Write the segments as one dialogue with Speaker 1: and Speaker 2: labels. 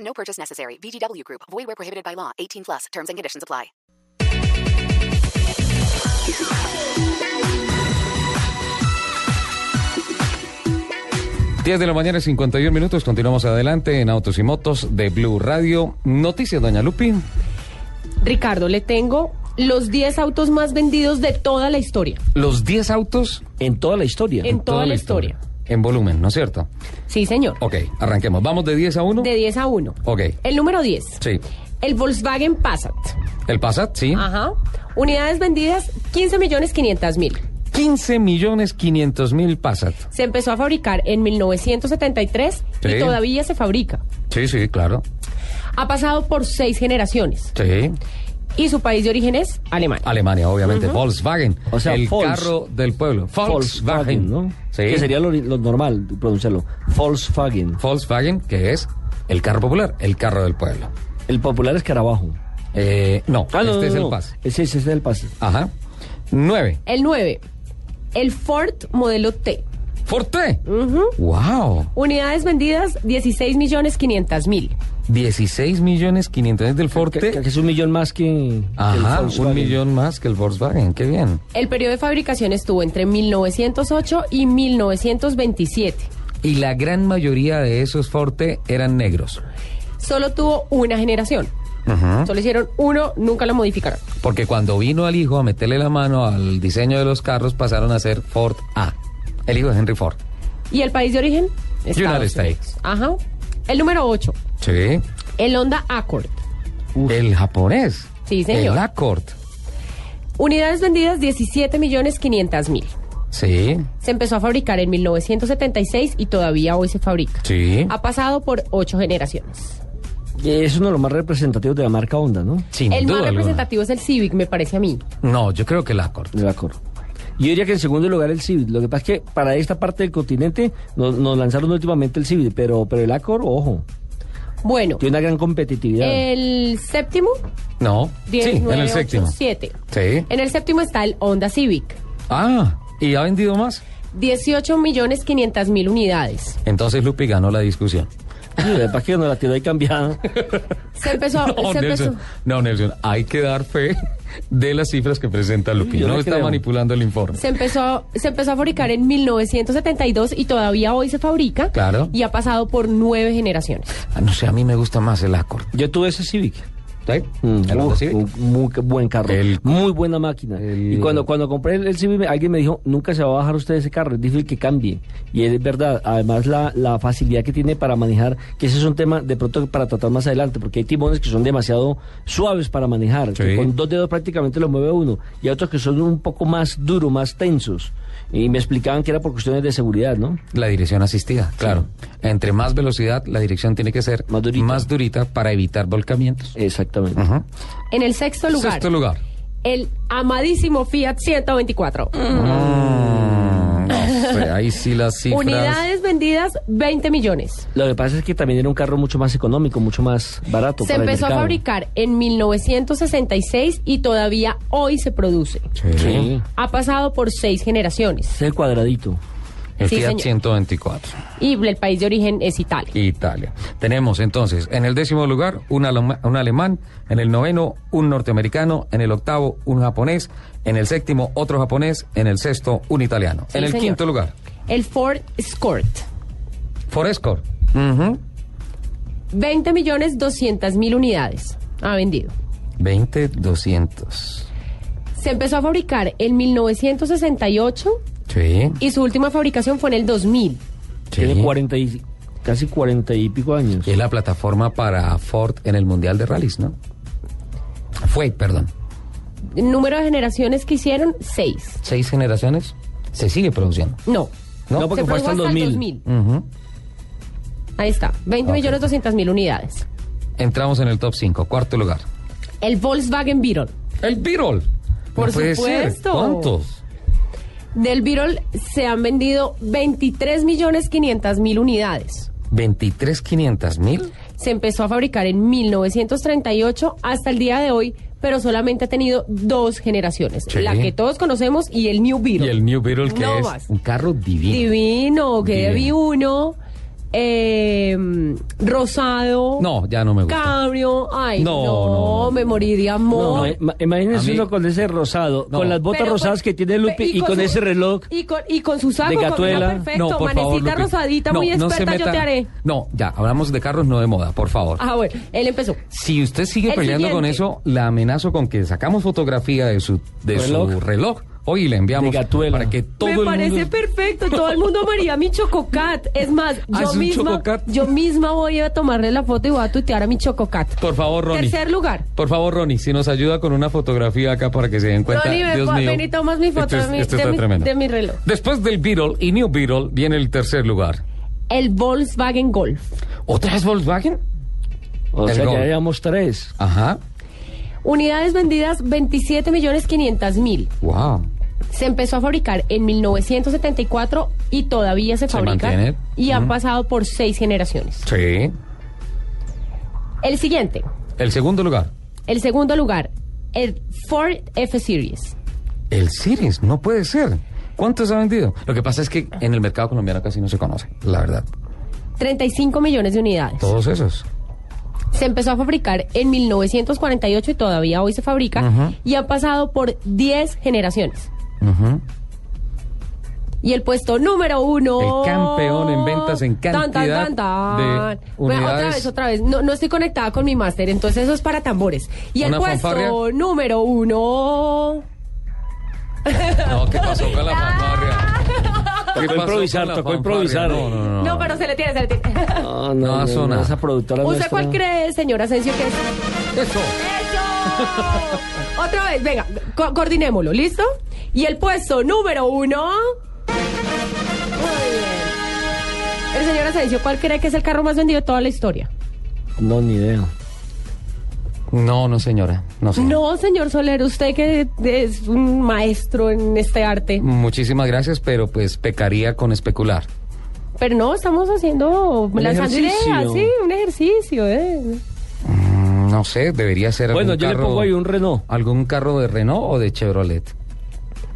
Speaker 1: No purchase necessary. VGW Group. Void where prohibited by law. 18 plus. Terms and conditions apply.
Speaker 2: Diez de la mañana, 51 minutos. Continuamos adelante en Autos y Motos de Blue Radio. Noticias, doña Lupi.
Speaker 3: Ricardo, le tengo los 10 autos más vendidos de toda la historia.
Speaker 2: Los 10 autos
Speaker 4: En toda la historia.
Speaker 3: En toda la historia. Oh.
Speaker 2: En volumen, ¿no es cierto?
Speaker 3: Sí, señor.
Speaker 2: Ok, arranquemos. ¿Vamos de 10 a 1?
Speaker 3: De 10 a 1.
Speaker 2: Ok.
Speaker 3: El número 10.
Speaker 2: Sí.
Speaker 3: El Volkswagen Passat.
Speaker 2: El Passat, sí.
Speaker 3: Ajá. Unidades vendidas 15 millones 500 mil.
Speaker 2: 15 millones 500 mil Passat.
Speaker 3: Se empezó a fabricar en 1973
Speaker 2: Sí.
Speaker 3: y todavía se fabrica.
Speaker 2: Sí, sí, claro.
Speaker 3: Ha pasado por seis generaciones
Speaker 2: Sí.
Speaker 3: y su país de origen es Alemania.
Speaker 2: Alemania, obviamente. Volkswagen.
Speaker 4: O sea,
Speaker 2: el
Speaker 4: Volks-
Speaker 2: carro del pueblo. Volkswagen,
Speaker 4: Volkswagen, ¿no?
Speaker 2: Sí.
Speaker 4: Que sería lo, ori- lo normal pronunciarlo. Volkswagen.
Speaker 2: Volkswagen, que es el carro popular, el carro del pueblo.
Speaker 4: El popular es Carabajo.
Speaker 2: Eh, no,
Speaker 4: Ah, no,
Speaker 2: este
Speaker 4: no,
Speaker 2: es
Speaker 4: no.
Speaker 2: el pase.
Speaker 4: Ese, ese es el pase.
Speaker 2: Ajá. 9.
Speaker 3: El 9. El Ford modelo T.
Speaker 2: Forte. Wow.
Speaker 3: Unidades vendidas 16 millones 500 mil.
Speaker 2: 16 millones 500 mil del Forte.
Speaker 4: Que, que es un millón más que, que el
Speaker 2: Ajá, un
Speaker 4: Volkswagen.
Speaker 2: millón más que el Volkswagen. Qué bien.
Speaker 3: El periodo de fabricación estuvo entre 1908 y 1927.
Speaker 2: Y la gran mayoría de esos Forte eran negros.
Speaker 3: Solo tuvo una generación. Solo hicieron uno, nunca lo modificaron.
Speaker 2: Porque cuando vino al hijo a meterle la mano al diseño de los carros, pasaron a ser Ford A. El hijo de Henry Ford.
Speaker 3: ¿Y el país de origen?
Speaker 2: United States.
Speaker 3: Ajá. El número 8.
Speaker 2: Sí.
Speaker 3: El Honda Accord.
Speaker 2: El japonés.
Speaker 3: Sí, señor.
Speaker 2: El Accord.
Speaker 3: Unidades vendidas 17 millones 500 mil.
Speaker 2: Sí.
Speaker 3: Se empezó a fabricar en 1976 y todavía hoy se fabrica.
Speaker 2: Sí.
Speaker 3: Ha pasado por ocho generaciones.
Speaker 4: Eh, Es uno de los más representativos de la marca Honda, ¿no?
Speaker 2: Sin
Speaker 3: el
Speaker 2: duda
Speaker 3: más
Speaker 2: alguna.
Speaker 3: representativo es el Civic, me parece a mí.
Speaker 2: No, yo creo que el Accord.
Speaker 4: De la Cor. Yo diría que en segundo lugar el Civic. Lo que pasa es que para esta parte del continente nos, nos lanzaron últimamente el Civic, pero, pero el Accord, ojo,
Speaker 3: Bueno,
Speaker 4: tiene una gran competitividad.
Speaker 3: el séptimo,
Speaker 2: No.
Speaker 3: 10,
Speaker 2: sí, en
Speaker 3: nueve,
Speaker 2: el
Speaker 3: ocho,
Speaker 2: séptimo.
Speaker 3: siete.
Speaker 2: Sí.
Speaker 3: En el séptimo está el Honda Civic,
Speaker 2: Ah, ¿y ha vendido más?
Speaker 3: 18 millones 500 mil unidades.
Speaker 2: Entonces Lupi ganó la discusión.
Speaker 4: Sí, Lo que pasa es que nos la tiró ahí cambiada.
Speaker 3: Se empezó, a-
Speaker 2: No,
Speaker 3: se empezó-
Speaker 2: Nelson, no, Nelson, hay que dar fe de las cifras que presenta Lupi.
Speaker 4: Yo
Speaker 2: No
Speaker 4: le
Speaker 2: está
Speaker 4: creo.
Speaker 2: manipulando el informe.
Speaker 3: se empezó, se empezó a fabricar en 1972 y todavía hoy se fabrica.
Speaker 2: Claro.
Speaker 3: Y ha pasado por nueve generaciones.
Speaker 2: Ah, no sé, a mí me gusta más el Accord.
Speaker 4: Yo tuve ese Civic.
Speaker 2: ¿Sí?
Speaker 4: Mm,
Speaker 2: El Honda
Speaker 4: uf,
Speaker 2: Civic.
Speaker 4: un muy ca- buen carro.
Speaker 2: El-
Speaker 4: muy buena máquina.
Speaker 2: El-
Speaker 4: Y cuando, cuando compré el, el Civic, me- alguien me dijo, nunca se va a bajar usted ese carro, es difícil que cambie. Y es verdad, además la, la facilidad que tiene para manejar, que ese es un tema de pronto para tratar más adelante, porque hay timones que son demasiado suaves para manejar, que
Speaker 2: Sí.
Speaker 4: con dos dedos prácticamente lo mueve uno, y hay otros que son un poco más duros, más tensos. Y me explicaban que era por cuestiones de seguridad, ¿no?
Speaker 2: La dirección asistida, claro. Entre más velocidad, la dirección tiene que ser
Speaker 4: Más durita.
Speaker 2: más durita para evitar volcamientos.
Speaker 4: Exactamente.
Speaker 2: Ajá.
Speaker 3: En el sexto lugar,
Speaker 2: Sexto lugar.
Speaker 3: el amadísimo Fiat 124.
Speaker 2: Mm, no sé, ahí sí las cifras.
Speaker 3: Unidades vendidas 20 millones.
Speaker 4: Lo que pasa es que también era un carro mucho más económico, mucho más barato.
Speaker 3: Se
Speaker 4: para el
Speaker 3: empezó a
Speaker 4: mercado.
Speaker 3: fabricar en 1966 y todavía hoy se produce.
Speaker 2: Sí.
Speaker 4: Sí.
Speaker 3: Ha pasado por seis generaciones.
Speaker 4: Es el cuadradito.
Speaker 2: El
Speaker 3: Sí,
Speaker 2: Fiat
Speaker 3: señor.
Speaker 2: 124.
Speaker 3: Y el país de origen es Italia.
Speaker 2: Italia. Tenemos entonces en el décimo lugar un, alema- un alemán, en el noveno un norteamericano, en el octavo un japonés, en el séptimo otro japonés, en el sexto un italiano.
Speaker 3: Sí,
Speaker 2: en el
Speaker 3: señor.
Speaker 2: quinto lugar,
Speaker 3: El Ford Escort.
Speaker 2: Forescore. Ujú.
Speaker 3: 20 millones 200 mil unidades ha vendido.
Speaker 2: 20, 200.
Speaker 3: Se empezó a fabricar en 1968
Speaker 2: Sí.
Speaker 3: y su última fabricación fue en el 2000.
Speaker 4: Tiene 40 y, casi 40 y pico años.
Speaker 2: Es la plataforma para Ford en el Mundial de Rallys, ¿no? Fue, perdón.
Speaker 3: Número de generaciones que hicieron, seis.
Speaker 2: Seis generaciones. Se sigue produciendo.
Speaker 3: No.
Speaker 2: No,
Speaker 4: No, porque
Speaker 3: se
Speaker 4: fue
Speaker 3: produjo
Speaker 4: hasta el 2000.
Speaker 2: Ujú.
Speaker 3: Ahí está, 20 millones 200 mil unidades.
Speaker 2: entramos en el top 5, cuarto lugar.
Speaker 3: El Volkswagen Beetle.
Speaker 2: El Beetle.
Speaker 3: Por
Speaker 2: No puede ser.
Speaker 3: supuesto.
Speaker 2: ¿Cuántos?
Speaker 3: Del Beetle se han vendido 23 millones 500 mil unidades.
Speaker 2: ¿23.500 mil?
Speaker 3: Se empezó a fabricar en 1938 hasta el día de hoy, pero solamente ha tenido dos generaciones.
Speaker 2: Sí.
Speaker 3: La que todos conocemos y el New Beetle.
Speaker 2: Y el New Beetle, que
Speaker 3: No
Speaker 2: es
Speaker 3: más.
Speaker 2: un carro divino.
Speaker 3: Divino, que
Speaker 2: Divino.
Speaker 3: vi uno. eh, rosado.
Speaker 2: No, ya no me gusta.
Speaker 3: Cabrio. Ay,
Speaker 2: No,
Speaker 3: no,
Speaker 2: no, no.
Speaker 3: me morí de
Speaker 4: No,
Speaker 3: amor.
Speaker 4: ma- ma- imagínense
Speaker 2: A mí-
Speaker 4: uno con ese rosado,
Speaker 2: No.
Speaker 4: con las botas
Speaker 3: Pero con-
Speaker 4: rosadas que tiene Lupi
Speaker 3: pe-
Speaker 4: y, con
Speaker 3: su-
Speaker 4: ese reloj.
Speaker 3: Y con, y con su saco,
Speaker 4: de
Speaker 3: con una
Speaker 4: Gatuela.
Speaker 3: perfecto,
Speaker 2: no, por favor,
Speaker 3: manecita
Speaker 2: Lupi.
Speaker 3: rosadita, muy
Speaker 2: no
Speaker 3: experta,
Speaker 2: se
Speaker 3: yo
Speaker 2: metan-
Speaker 3: te haré.
Speaker 2: No, ya, hablamos de carros, no de moda, por favor.
Speaker 3: Ah, bueno, él empezó.
Speaker 2: Si usted sigue
Speaker 3: El
Speaker 2: peleando con
Speaker 3: siguiente.
Speaker 2: eso, la amenazo con que sacamos fotografía de su, de su
Speaker 4: Reloj.
Speaker 2: reloj hoy y le enviamos
Speaker 4: De Gatuela.
Speaker 2: para que todo
Speaker 3: Me
Speaker 2: el
Speaker 3: parece
Speaker 2: mundo...
Speaker 3: perfecto, todo el mundo amaría mi chococat. Es más,
Speaker 2: ¿Haz
Speaker 3: yo
Speaker 2: Ah, un
Speaker 3: misma,
Speaker 2: chococat?
Speaker 3: yo misma voy a tomarle la foto y voy a tuitear a mi chococat.
Speaker 2: Por favor, Ronnie.
Speaker 3: Tercer lugar.
Speaker 2: Por favor, Ronnie, si nos ayuda con una fotografía acá para que se den cuenta.
Speaker 3: Ronnie, ven,
Speaker 2: Dios
Speaker 3: pa-
Speaker 2: mío.
Speaker 3: ven y tomas mi foto
Speaker 2: Esto
Speaker 3: de
Speaker 2: es-
Speaker 3: mi-
Speaker 2: esto
Speaker 3: de
Speaker 2: está
Speaker 3: mi-
Speaker 2: tremendo.
Speaker 3: de mi reloj.
Speaker 2: Después del Beetle y New Beetle viene el tercer lugar.
Speaker 3: El Volkswagen Golf.
Speaker 2: ¿Otra vez Volkswagen?
Speaker 4: O
Speaker 2: El
Speaker 4: sea,
Speaker 2: gol.
Speaker 4: ya llevamos tres.
Speaker 2: Ajá.
Speaker 3: Unidades vendidas 27 millones 500 mil.
Speaker 2: Wow.
Speaker 3: Se empezó a fabricar en 1974 y todavía se
Speaker 2: Se
Speaker 3: fabrica.
Speaker 2: mantiene.
Speaker 3: Y han
Speaker 2: Ujú.
Speaker 3: pasado por seis generaciones.
Speaker 2: Sí.
Speaker 3: El siguiente,
Speaker 2: El segundo lugar.
Speaker 3: el segundo lugar, el Ford F Series.
Speaker 2: El Series, no puede ser. ¿Cuántos ha vendido? Lo que pasa es que en el mercado colombiano casi no se conoce, la verdad.
Speaker 3: 35 millones de unidades.
Speaker 2: Todos esos.
Speaker 3: Se empezó a fabricar en 1948 y todavía hoy se fabrica
Speaker 2: Ujú.
Speaker 3: y ha pasado por 10 generaciones.
Speaker 2: Ujú.
Speaker 3: Y el puesto número uno.
Speaker 2: El campeón en ventas en cantidad de
Speaker 3: Bueno, otra
Speaker 2: unidades.
Speaker 3: vez, otra vez. No, no estoy conectada con mi máster, entonces eso es para tambores. Y el
Speaker 2: Una
Speaker 3: puesto
Speaker 2: fanfarria.
Speaker 3: número uno.
Speaker 2: No, ¿qué pasó con la fanfarria? ¿Qué pasó
Speaker 4: improvisar,
Speaker 2: con la
Speaker 4: tocó
Speaker 2: fanfarria?
Speaker 4: improvisar.
Speaker 2: No, no, no.
Speaker 3: No, pero se le tiene, se le tiene.
Speaker 4: No,
Speaker 2: No, eso nada.
Speaker 4: Esa productora
Speaker 3: ¿Usted
Speaker 4: nuestra-
Speaker 3: cuál cree, señora Asensio, que es?
Speaker 2: Eso.
Speaker 3: ¡Eso! Otra vez, venga, co- coordinémoslo, ¿listo? Y el puesto número uno. Muy bien. El señor Asensio, ¿cuál cree que es el carro más vendido de toda la historia?
Speaker 4: No, ni idea.
Speaker 2: No, no, señora. No, señora.
Speaker 3: No, señor Soler, usted que es un maestro en este arte.
Speaker 2: Muchísimas gracias, pero pues pecaría con especular.
Speaker 3: Pero no, estamos haciendo,
Speaker 4: Un
Speaker 3: lanzando
Speaker 4: ejercicio.
Speaker 3: ideas, sí, un ejercicio, ¿eh?
Speaker 2: Mm, No sé, debería ser
Speaker 4: Bueno,
Speaker 2: algún
Speaker 4: yo le
Speaker 2: carro-
Speaker 4: pongo ahí un Renault.
Speaker 2: ¿Algún carro de Renault o de Chevrolet?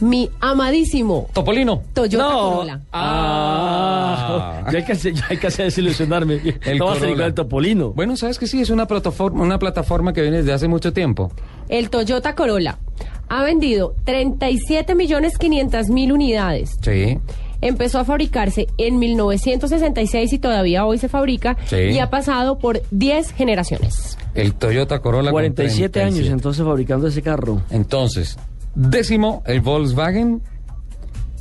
Speaker 3: Mi amadísimo
Speaker 2: Topolino.
Speaker 3: Toyota
Speaker 4: no.
Speaker 3: Corolla.
Speaker 4: Ah. Ya hay que, hacer- ya hay que hacer desilusionarme.
Speaker 2: El
Speaker 4: no va a ser
Speaker 2: Corolla.
Speaker 4: igual el Topolino.
Speaker 2: Bueno, sabes que sí, es una plataforma, una plataforma que viene desde hace mucho tiempo.
Speaker 3: El Toyota Corolla ha vendido 37 millones 500 mil unidades.
Speaker 2: Sí.
Speaker 3: Empezó a fabricarse en 1966 y todavía hoy se fabrica
Speaker 2: Sí.
Speaker 3: y ha pasado por 10 generaciones.
Speaker 2: El Toyota Corolla. con
Speaker 4: 47 años
Speaker 2: 37.
Speaker 4: entonces fabricando ese carro.
Speaker 2: Entonces, décimo, el Volkswagen.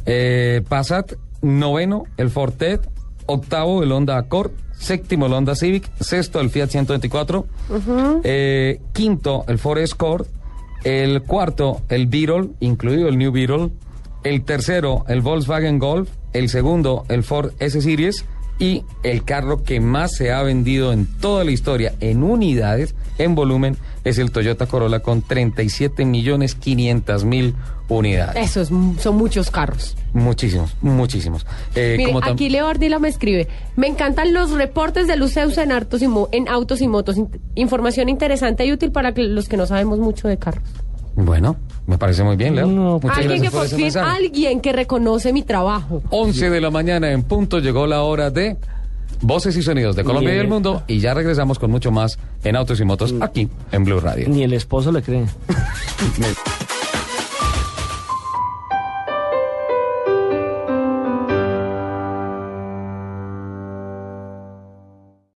Speaker 2: eh, Passat. Noveno, el Fortet. Octavo, el Honda Accord. Séptimo, el Honda Civic. Sexto, el Fiat 124. eh, quinto, el Ford Escort. El cuarto, el Beetle, incluido el New Beetle. El tercero, el Volkswagen Golf. El segundo, el Ford S-Series. Y el carro que más se ha vendido en toda la historia en unidades, en volumen, es el Toyota Corolla con 37 millones 500 mil unidades.
Speaker 3: Eso es- son muchos carros.
Speaker 2: Muchísimos, muchísimos. Eh,
Speaker 3: Mire,
Speaker 2: como tam-
Speaker 3: aquí Leo Ardila me escribe, me encantan los reportes de Luceus en, hartos y mo- en autos y motos, In- información interesante y útil para que- los que no sabemos mucho de carros.
Speaker 2: Bueno, me parece muy bien, Leo.
Speaker 4: No,
Speaker 2: Muchas pues, gracias
Speaker 3: alguien que
Speaker 2: por
Speaker 3: por
Speaker 2: ese
Speaker 3: fin,
Speaker 2: mensaje.
Speaker 3: alguien que reconoce mi trabajo.
Speaker 2: 11 de la mañana en punto llegó la hora de Voces y Sonidos de Colombia y el
Speaker 4: Bien.
Speaker 2: Mundo y ya regresamos con mucho más en Autos y Motos aquí en Blue Radio.
Speaker 4: Ni el esposo le cree.